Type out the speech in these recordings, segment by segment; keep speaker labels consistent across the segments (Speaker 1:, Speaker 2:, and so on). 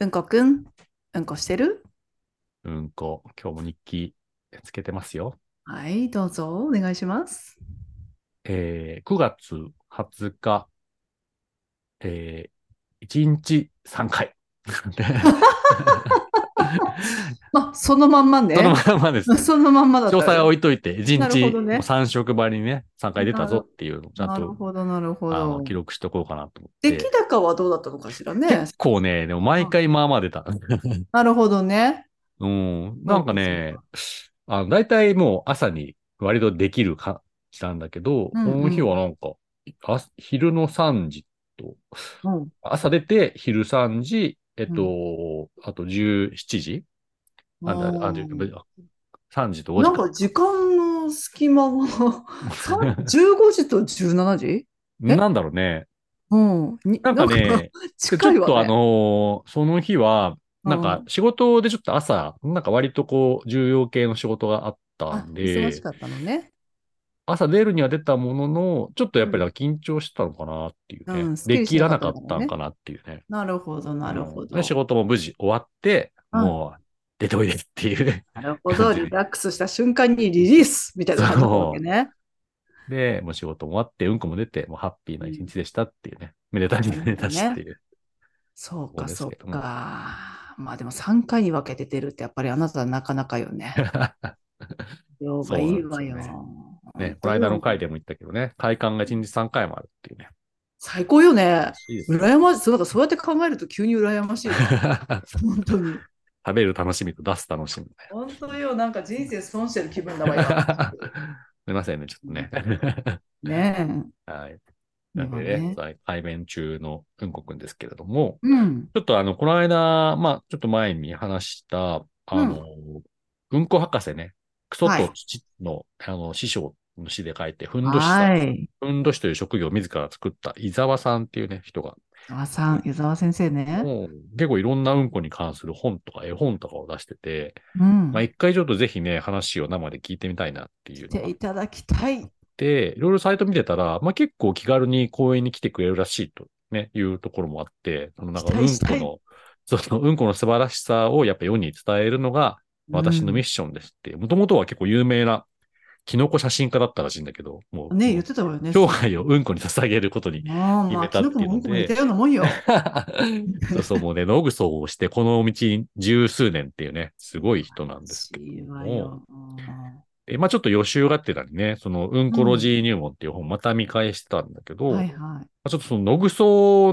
Speaker 1: うんこくん、うんこしてる
Speaker 2: うんこ、今日も日記つけてますよ。
Speaker 1: はい、どうぞ、お願いします。
Speaker 2: えー、9月20日、えー、1日3回。で
Speaker 1: あ、そのまんまね。
Speaker 2: そのまんまです。詳
Speaker 1: そのまんまだった。
Speaker 2: 細は置いといて、
Speaker 1: な
Speaker 2: 1
Speaker 1: るほ
Speaker 2: 日
Speaker 1: どね
Speaker 2: 3食張りにね、3回出たぞっていうのをちゃん
Speaker 1: なる
Speaker 2: と
Speaker 1: ほど、なるほ
Speaker 2: あの
Speaker 1: ど
Speaker 2: 記。録しとこうかなと思っ
Speaker 1: 出
Speaker 2: て
Speaker 1: 来。高はどうだったのかしらね。
Speaker 2: 結構ね、でも毎回まあまあ出た。
Speaker 1: なるほどね。
Speaker 2: うん。なんかね、あの、大体もう朝に割とできる感じなんだけど、
Speaker 1: うんうん
Speaker 2: この日はなんか、あ昼の3時と、
Speaker 1: うん、
Speaker 2: 朝出て昼3時、えっと、あと17時あ、ああ
Speaker 1: うん
Speaker 2: 3時と
Speaker 1: なん
Speaker 2: 5
Speaker 1: か時間の隙間が さん
Speaker 2: 時か。
Speaker 1: 15時と17時え
Speaker 2: なんだろうね。
Speaker 1: うん。に
Speaker 2: なんかね、ちょっ
Speaker 1: 近いわ、ね。
Speaker 2: とあのーその日は、なん
Speaker 1: う
Speaker 2: か
Speaker 1: ん
Speaker 2: 仕事でちょっと朝、なんか割とこう、重要系の仕事があった
Speaker 1: あ、
Speaker 2: んで、
Speaker 1: 忙しかったのね。
Speaker 2: 朝出るには出たものの、ちょっとやっぱりなんか緊張してたのかなっていうね。
Speaker 1: うんすっき
Speaker 2: で
Speaker 1: りし
Speaker 2: き
Speaker 1: な
Speaker 2: ら
Speaker 1: か
Speaker 2: な
Speaker 1: った
Speaker 2: か
Speaker 1: ん
Speaker 2: っ
Speaker 1: だろうね
Speaker 2: たのかなっていうね。
Speaker 1: なるほど、なるほ
Speaker 2: う
Speaker 1: ど。
Speaker 2: ん仕事も無事終わって、
Speaker 1: うん
Speaker 2: もう出ておいでっていう。
Speaker 1: なるほど、リラックスした瞬間にリリースみたいな感じなわけね。
Speaker 2: で、もう仕事も終わって、うんこも出て、もうハッピーな一日でしたっていうね。めでたし
Speaker 1: うん
Speaker 2: めでたしっていう。
Speaker 1: そう
Speaker 2: そう
Speaker 1: か、
Speaker 2: です
Speaker 1: そう
Speaker 2: けども
Speaker 1: か。まあでも3回に分けて出るってやっぱりあなたはなかなかよ ね。量がいいわよ。
Speaker 2: そうね、この間の回でも言ったけどね、体感が一日3回もあるっていうね。
Speaker 1: 最高よね。
Speaker 2: いいですね。
Speaker 1: 羨ましい。そうなんかそうやって考えると急に羨ましいわ。
Speaker 2: 食
Speaker 1: 本当に。
Speaker 2: べる楽しみと出す楽しみね。
Speaker 1: 本当よ。なんか人生損してる気分だわ よ。
Speaker 2: すみませんね、ちょっとね。
Speaker 1: ね
Speaker 2: はい。
Speaker 1: え。
Speaker 2: なんでね、在対面中のうんこくんですけれども、
Speaker 1: うん。
Speaker 2: ちょっとあの、この間、まあ、ちょっと前に話した、あの、うんこ博士ね、クソと父の、あの、師匠の詩で書いて、ふんどしさ
Speaker 1: は
Speaker 2: ん、
Speaker 1: い。
Speaker 2: ふんどしという職業を自ら作った伊沢さんっていうね、人が、
Speaker 1: 湯沢さん、湯沢先生ね。
Speaker 2: もう結構いろんなうんこに関する本とか絵本とかを出してて、
Speaker 1: うん
Speaker 2: まあ、。一回ちょっとぜひね、話を生で聞いてみたいなっていう
Speaker 1: 来
Speaker 2: のがあ
Speaker 1: て
Speaker 2: っ
Speaker 1: いただきたい。
Speaker 2: で、いろいろサイト見てたら、まあ、結構気軽に公園に来てくれるらしいと、ね、いうところもあって、そのなんかうん
Speaker 1: したいしたい
Speaker 2: この、そのうんこの素晴らしさをやっぱ世に伝えるのが私のミッションですって、もともとは結構有名なキノコ写真家だったらしいんだけど、もう、
Speaker 1: ね、言ってたわよね。
Speaker 2: 生涯をうんこに捧げること に。
Speaker 1: もう、まあ、
Speaker 2: 決
Speaker 1: キ
Speaker 2: めた
Speaker 1: ノ
Speaker 2: って
Speaker 1: コ
Speaker 2: いう
Speaker 1: もう
Speaker 2: の
Speaker 1: んこも
Speaker 2: で
Speaker 1: 似たようなもんよ。
Speaker 2: そうそう、もうね、野グソをしてこの道十数年っていうね、すごい人なんですけど。
Speaker 1: いいわよ。
Speaker 2: えまあちょっと予習がてらにね、そのうんこロジー入門っていう本また見返してたんだけど、
Speaker 1: はいは
Speaker 2: まあちょっとその野草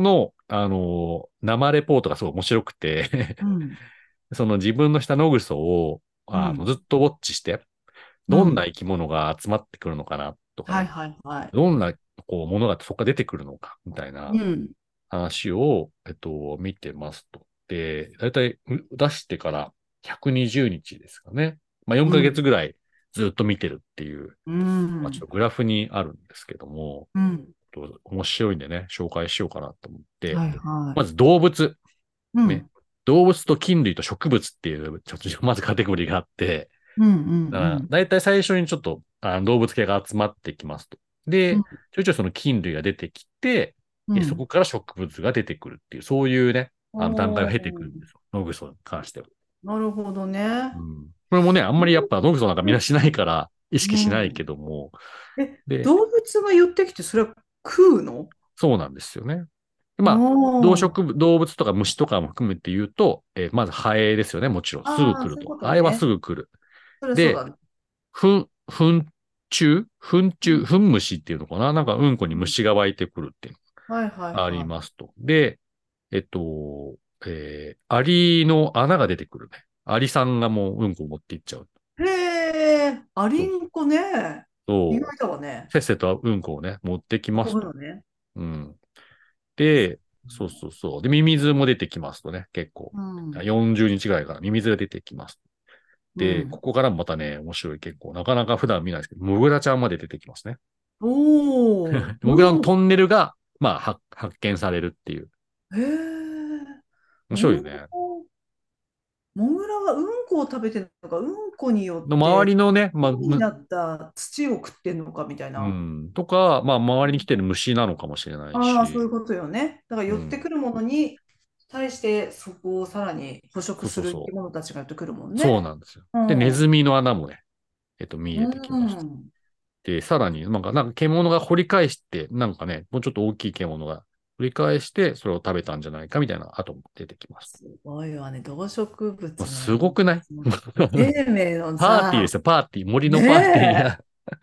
Speaker 2: の、あのー生レポートがすごい面白くて
Speaker 1: い。、うん。
Speaker 2: その自分のした野草を、あ
Speaker 1: う
Speaker 2: の、
Speaker 1: ん
Speaker 2: ずっとウォッチして、どんな生き物が集まってくるのかな、とか
Speaker 1: はい
Speaker 2: ね、
Speaker 1: はいはい。
Speaker 2: どんな、こう、ものがそこから出てくるのか、みたいな
Speaker 1: うん。
Speaker 2: 話を、えっと、見てますと。で、だいたいう出してから120日ですかね。まあ、4ヶ月ぐらいずっと見てるっていう、
Speaker 1: うん
Speaker 2: まあ、ちょっとグラフにあるんですけども、
Speaker 1: うん。
Speaker 2: ちょっと面白いんでね、紹介しようかなと思って、
Speaker 1: はいは
Speaker 2: まず動物。
Speaker 1: い。
Speaker 2: ね動物と菌類と植物っていう、ちょっとまずカテゴリーがあって、
Speaker 1: うん。うんうん
Speaker 2: だから大体最初にちょっとあの動物系が集まってきますと。で、
Speaker 1: うん
Speaker 2: ちょいちょいその菌類が出てきて、
Speaker 1: うん。
Speaker 2: えそこから植物が出てくるっていう、そういうね、あの段階を経てくるん
Speaker 1: おー
Speaker 2: ですよ。ノグソに関しては。
Speaker 1: なるほどね。
Speaker 2: うんこれもね、あんまりやっぱノグソなんかみんなしないから、意識しないけども、
Speaker 1: え、
Speaker 2: で、
Speaker 1: 動物が寄ってきて、それは食うの
Speaker 2: そうなんですよね。でまあ、
Speaker 1: おー
Speaker 2: 動植物、動物とか虫とかも含めて言うと、えーまずハエですよね、もちろん。すぐ
Speaker 1: あー
Speaker 2: 来る
Speaker 1: そうい
Speaker 2: と。
Speaker 1: うことね
Speaker 2: ハエはすぐ来る。
Speaker 1: それ
Speaker 2: で
Speaker 1: そうだね
Speaker 2: ふん、ふん虫ふん虫ふん虫っていうのかななんかうんこに虫が湧いてくるっていう
Speaker 1: はいはい
Speaker 2: のが
Speaker 1: は
Speaker 2: あ
Speaker 1: い。
Speaker 2: りますと。で、えっと、えー、アリの穴が出てくるね。アリさんがもううんこを持っていっちゃう。
Speaker 1: へえ、アリンコね。
Speaker 2: と
Speaker 1: 意、外だわね。
Speaker 2: せっせとうんこをね、持ってきます
Speaker 1: そう
Speaker 2: と。
Speaker 1: だね。
Speaker 2: うん。で、そうそうそう。で、ミミズも出てきますとね、結構。
Speaker 1: うん。
Speaker 2: 40日ぐらいからミミズが出てきます。で、
Speaker 1: うん
Speaker 2: ここからもまたね、面白い結構、なかなか普段見ないですけど、モグラちゃんまで出てきますね。
Speaker 1: おお。
Speaker 2: モグラのトンネルが、まあ、発発見されるっていう。
Speaker 1: へえ。
Speaker 2: 面白いよね。
Speaker 1: モグラ。モグラはうんこを食べてるのか、うんこによって
Speaker 2: の周りのね、まあ、
Speaker 1: 木にな
Speaker 2: む
Speaker 1: った土を食ってんのかみたいうな。
Speaker 2: ん、とか、まあ、周りに来てる虫なのかもしれないし。
Speaker 1: ああ、そういうことよね。だから寄ってくるものに対してそこをさらに捕食する
Speaker 2: そうそうそう
Speaker 1: 生き物たちがやってくるもんね。
Speaker 2: そうなんですよ。で、
Speaker 1: うん
Speaker 2: ネズミの穴もね、えっと、見えてきました。
Speaker 1: うん
Speaker 2: で、さらに、なんか、なんか獣が掘り返して、なんかね、もうちょっと大きい獣が掘り返して、それを食べたんじゃないかみたいな跡も出てきます。
Speaker 1: すごいわね、動植物の。
Speaker 2: すご くない
Speaker 1: 生命の
Speaker 2: パー
Speaker 1: さ
Speaker 2: ティーですよ、パーティー。森のパーテ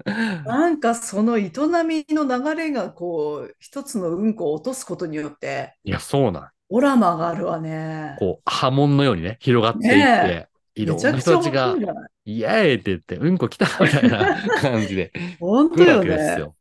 Speaker 2: ィーが。
Speaker 1: なんかその営みの流れがこう一つのうんこを落とすことによって
Speaker 2: いや、そうなん。
Speaker 1: オラマがあるわね。
Speaker 2: こう、波紋のようにね、広がっていって、
Speaker 1: ね
Speaker 2: いろん
Speaker 1: めちゃ
Speaker 2: な
Speaker 1: くちゃ
Speaker 2: 人た
Speaker 1: 面
Speaker 2: ち
Speaker 1: 白
Speaker 2: が
Speaker 1: いん、じゃない
Speaker 2: イエーイって言って、うんこ来たみたいな 感じで
Speaker 1: 本
Speaker 2: 来
Speaker 1: 当
Speaker 2: る
Speaker 1: よ
Speaker 2: わけ
Speaker 1: ね。
Speaker 2: ですよ。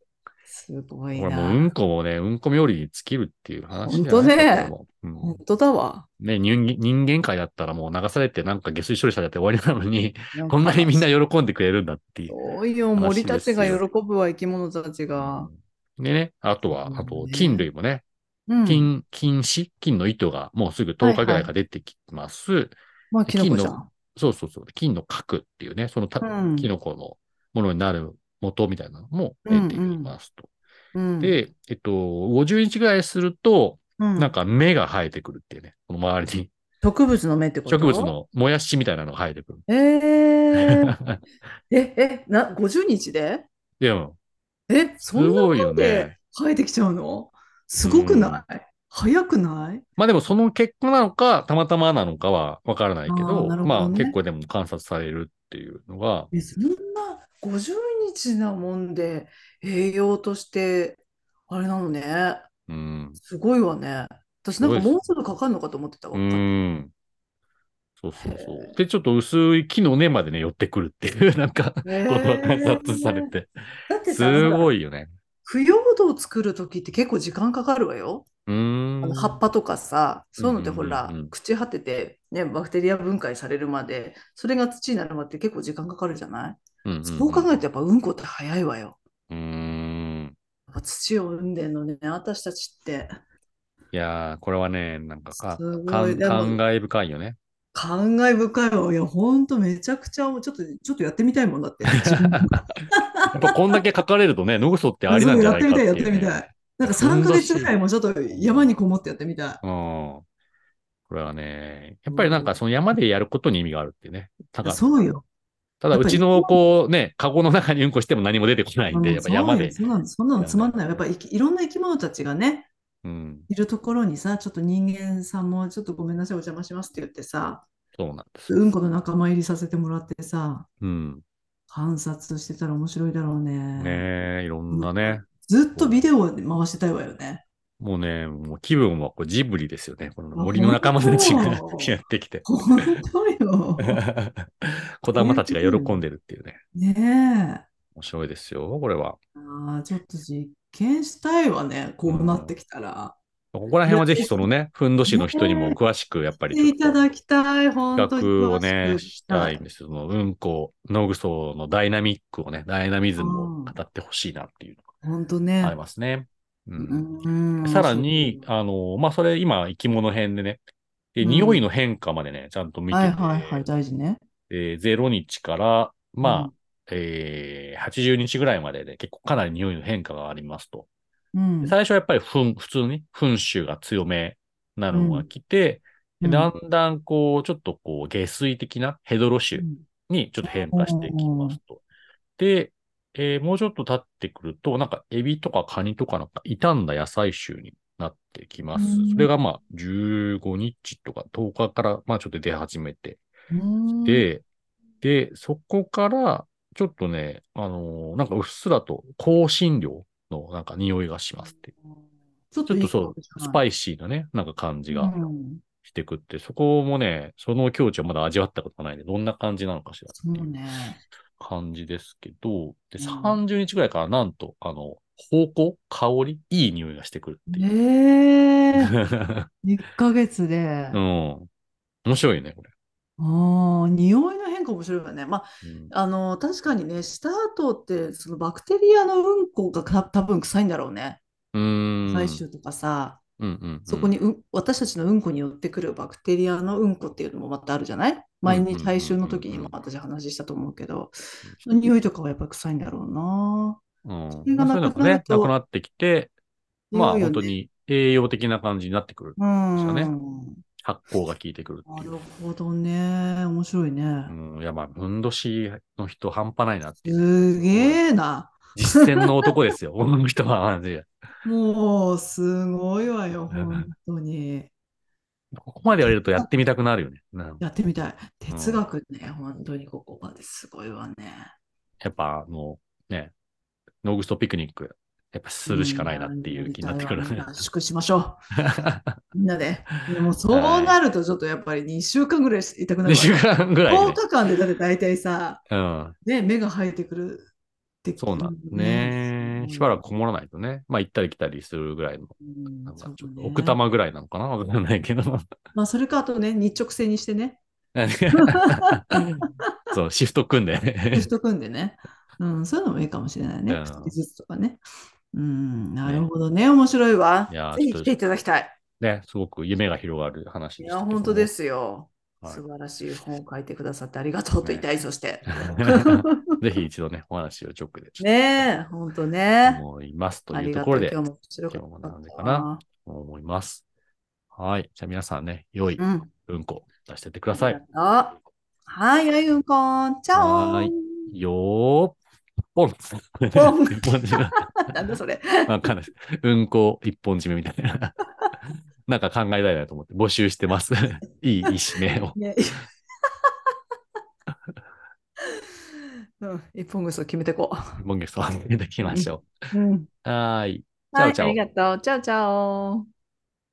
Speaker 1: すごい
Speaker 2: これ
Speaker 1: な。
Speaker 2: もううんこもね、うんこ冥利に尽きるっていう話
Speaker 1: 本当
Speaker 2: じ
Speaker 1: ね
Speaker 2: ゃないですかこれも
Speaker 1: 本当だわ。
Speaker 2: うんね人間、人間界だったらもう流されてなんか下水処理されて終わりなのに、
Speaker 1: なん
Speaker 2: こんなにみんな
Speaker 1: か
Speaker 2: 喜んでくれるんだっていう。
Speaker 1: そうよ、森たちが喜ぶわ、生き物たちが。
Speaker 2: でね、あとは
Speaker 1: う、ん
Speaker 2: あと、菌類もね、
Speaker 1: うん。
Speaker 2: 菌、菌糸、菌の糸がもうすぐ10日ぐらいから出てきます。
Speaker 1: まあ、キノコじゃ
Speaker 2: 菌
Speaker 1: ん。
Speaker 2: そうそうそう。金の核っていうね、そのた、
Speaker 1: うん
Speaker 2: キノコのものになる元みたいなのも出てきますと。
Speaker 1: うん、
Speaker 2: で、えっと、50日ぐらいすると、
Speaker 1: うん
Speaker 2: なんか芽が生えてくるっていうね、この周りに。
Speaker 1: 植物の芽ってこと
Speaker 2: 植物。のもやしみたいなのが生えてくる。
Speaker 1: えー、え、え、な、50日で
Speaker 2: でも、
Speaker 1: え、そん
Speaker 2: す
Speaker 1: な
Speaker 2: ごいよ
Speaker 1: もんで
Speaker 2: ね
Speaker 1: 生えてきちゃうのすごくない、早くない
Speaker 2: まあでもその結果なのか、たまたまなのかはわからないけ
Speaker 1: あ
Speaker 2: ど、
Speaker 1: ーなるほどね
Speaker 2: まあ結構でも観察されるっていうのが、
Speaker 1: え、そんな50日なもんで栄養として、あれなのね。
Speaker 2: うん。
Speaker 1: すごいわね。私なんかもうちょっとかかるのかと思ってたわ。
Speaker 2: うん。そうそうそ
Speaker 1: へ
Speaker 2: う。で、ちょっと薄い木の根までね、寄ってくるっていう、なんか、こ
Speaker 1: へー
Speaker 2: とが観察されて。
Speaker 1: だってさ、
Speaker 2: す
Speaker 1: い。
Speaker 2: ごいよね。
Speaker 1: 腐葉土を作る時って結構時間かかるわよ。
Speaker 2: うー
Speaker 1: あ
Speaker 2: ん。
Speaker 1: の葉っぱとかさ、そういうのってほら、
Speaker 2: うんうんうん
Speaker 1: 朽ち果てて、ね、バクテリア分解されるまで、それが土になるまでって結構時間かかるじゃない
Speaker 2: うんうん
Speaker 1: そう考えるとやっぱうんこって早いわよ。
Speaker 2: うーん。
Speaker 1: やっぱ土を生んでんのね、私たちって。
Speaker 2: いやー、これはね、なんかか、
Speaker 1: すごい
Speaker 2: かん
Speaker 1: でも
Speaker 2: 感慨深い よね。
Speaker 1: 感慨深いわ。いや、ほんとめちゃくちゃ、ちょっと、ちょっとやってみたいもんだ って。自分
Speaker 2: やっぱこんだけ書かれるとね、ノグソってありなんじゃないかっていう、
Speaker 1: そ
Speaker 2: ね。
Speaker 1: うやってみたい、やってみたい。なんか3ヶ月ぐらいもちょっと山にこもってやってみたい。
Speaker 2: うん。これはね、やっぱりなんかその山でやることに意味があるっていうね。ただ、
Speaker 1: そうよ。
Speaker 2: ただ
Speaker 1: やっ
Speaker 2: う
Speaker 1: ぱり
Speaker 2: ちのこうね、カゴの中にうんこしても何も出てこないん
Speaker 1: う
Speaker 2: で、
Speaker 1: ん
Speaker 2: やっぱ山で。
Speaker 1: そうよそんなのそんなのつまんない。やっぱいきいろんな生き物たちがね、
Speaker 2: うん。
Speaker 1: いるところにさ、ちょっと人間さんもちょっとごめんなさい、お邪魔しますって言ってさ、
Speaker 2: そうなんです。
Speaker 1: うんこの仲間入りさせてもらってさ、
Speaker 2: うん。
Speaker 1: 観察してたら面白いだろうね。
Speaker 2: ねえ、いろんなね。
Speaker 1: ずっとビデオで回してたいわよね。
Speaker 2: もうね、もう気分はこうジブリですよね。この森の仲間たちが やってきて。
Speaker 1: 本当 よ。
Speaker 2: 子供たちが喜んでるっていうね。
Speaker 1: ねえ。
Speaker 2: 面白いですよ、これは。
Speaker 1: あーちょっと実験したいわね、こうなってきたら。
Speaker 2: ここら辺はぜひそのね、ふんどしの人にも詳しくやっぱり
Speaker 1: してい
Speaker 2: ちょ
Speaker 1: た
Speaker 2: っと
Speaker 1: だきたい、本当に
Speaker 2: 企画をね、
Speaker 1: 詳しく
Speaker 2: したいんですよ。そのうんこ、ノグソのダイナミックをね、ダイナミズムを語ってほしいなっていうの
Speaker 1: 本当
Speaker 2: があり
Speaker 1: ね。
Speaker 2: ますね。う
Speaker 1: うんん
Speaker 2: さらに、あの、まあ、それ今、生き物編でね、で
Speaker 1: うん
Speaker 2: 匂いの変化までね、ちゃんと見て
Speaker 1: はい
Speaker 2: て、
Speaker 1: はいはい、大事ね。
Speaker 2: えー0日から、まあ、
Speaker 1: うん
Speaker 2: えー80日ぐらいまでで結構かなり匂いの変化がありますと。
Speaker 1: うん。
Speaker 2: 最初はやっぱり糞、普通に糞臭が強めなのが来て、
Speaker 1: うん
Speaker 2: でだんだんこう、ちょっとこう、下水的なヘドロ臭にちょっと変化していきますと。で、えーもうちょっと経ってくると、なんかエビとかカニとかなんか傷んだ野菜臭になってきます
Speaker 1: うん。
Speaker 2: それがまあ15日とか10日からまあちょっと出始めて
Speaker 1: うん、
Speaker 2: で、で、そこから、ちょっとね、あのーなんかうっすらと香辛料のなんか匂いがしますって。
Speaker 1: ちょっ
Speaker 2: ちょっとそう、スパ
Speaker 1: イ
Speaker 2: イシーなね、なんか感じがしてくって、そこもね、その境地はまだ味わったことがないんで、どんな感じなのかしら
Speaker 1: そ
Speaker 2: っていうう
Speaker 1: ね。
Speaker 2: 感じですけど、で、
Speaker 1: うん
Speaker 2: 30日ぐらいからなんと、あの、方向香りいい匂いがしてくるっていう。
Speaker 1: ええ一1ヶ月で。
Speaker 2: うん。面白いね、これ。
Speaker 1: ああ、匂いの変化面白いわね。まあ、
Speaker 2: うん
Speaker 1: あの、確かにね、した後って、そのバクテリアのうんこがた多分臭いんだろうね。
Speaker 2: うーん。
Speaker 1: 最終とかさ、
Speaker 2: うんうんうん
Speaker 1: そこにう私たちのうんこに寄ってくるバクテリアのうんこっていうのもまたあるじゃない前に大衆の時にも私話したと思うけど、その匂いとかはやっぱり臭いんだろうな。
Speaker 2: うん
Speaker 1: それが
Speaker 2: まあ
Speaker 1: な
Speaker 2: そういうの
Speaker 1: く
Speaker 2: が
Speaker 1: な
Speaker 2: ね
Speaker 1: る、と
Speaker 2: なくなってきて、まあ
Speaker 1: 匂いよね
Speaker 2: 本当に栄養的な感じになってくる。
Speaker 1: うん。
Speaker 2: ね発酵が効いてくるっ
Speaker 1: な
Speaker 2: てい
Speaker 1: る
Speaker 2: う。
Speaker 1: ほどね。面白いね。
Speaker 2: うん、いや、まあ、ふんどしの人半端ないなっていう。
Speaker 1: すげえな。
Speaker 2: 実践の男ですよ、こ の人は。マジで
Speaker 1: もう、すごいわよ、本当に。
Speaker 2: ここまで言われるとやってみたくなるよね。なん
Speaker 1: やってみたい。哲学ね、本当にここまですごいわね。
Speaker 2: やっぱ、あの、ね、ノーグストピクニック、やっぱするしかないなっていう気になってくる
Speaker 1: みん
Speaker 2: ね
Speaker 1: な。合宿しましょう。みんな で。でもそうなるとちょっとやっぱり2週間ぐらい痛 くな
Speaker 2: 2
Speaker 1: る
Speaker 2: 週
Speaker 1: わ。
Speaker 2: 間ぐらい、
Speaker 1: 10
Speaker 2: ね。
Speaker 1: 日間でだって大体さ、
Speaker 2: うん。
Speaker 1: ね、目が生えてくるって
Speaker 2: そうなん
Speaker 1: 聞く
Speaker 2: ね。しばらくこ
Speaker 1: も
Speaker 2: もらないとね。まあ、行ったり来たりするぐらいの。
Speaker 1: うん
Speaker 2: なんかち
Speaker 1: そ
Speaker 2: ょ
Speaker 1: う
Speaker 2: っと
Speaker 1: ね
Speaker 2: 奥多摩ぐらいなのかなわかんな いけど。
Speaker 1: まあ、それかあとね、日直線にしてね、
Speaker 2: そう、シフト組んで
Speaker 1: シ
Speaker 2: ね
Speaker 1: フ。ト組んでね、うん、そういうのもいいかもしれないね、一人ずつとかね。うん、なるほどね、面白いわ。
Speaker 2: いやー
Speaker 1: ぜひ
Speaker 2: ちょっと
Speaker 1: 来ていただきたい。
Speaker 2: ね、すごく夢が広がる話
Speaker 1: い
Speaker 2: でした
Speaker 1: や、
Speaker 2: けども
Speaker 1: 本当で。すよ。
Speaker 2: はい
Speaker 1: 素晴らしい本を書いてくださってありがとうと言いたい、そして。
Speaker 2: ぜひ一度ね、お話を直でちょっ
Speaker 1: ねえ、本当ね。
Speaker 2: と思いますと
Speaker 1: あ
Speaker 2: い
Speaker 1: り
Speaker 2: うと
Speaker 1: が
Speaker 2: こ
Speaker 1: う。
Speaker 2: とろで
Speaker 1: 今日も面白かった。
Speaker 2: 今日も学んでかな。思います。はい。じゃあ皆さんね、良い
Speaker 1: うん。
Speaker 2: うんこ出してってください。
Speaker 1: あはい、あゆんこん。チャオ
Speaker 2: はーよー、 ポ
Speaker 1: ポ
Speaker 2: ン
Speaker 1: ン
Speaker 2: 一本締め
Speaker 1: なんだそれ。
Speaker 2: わかんないです。うんこ一本締めみたいな。 なんか考えたいなと思って募集してます。 いいいい締めを。
Speaker 1: ね うん、一本ぐそ決めてこ
Speaker 2: 文月さん、いただきましょ
Speaker 1: う。うん、
Speaker 2: う。はーい。チャ
Speaker 1: は
Speaker 2: オ
Speaker 1: い、
Speaker 2: チャオ
Speaker 1: ありがとう。チャオチャオ。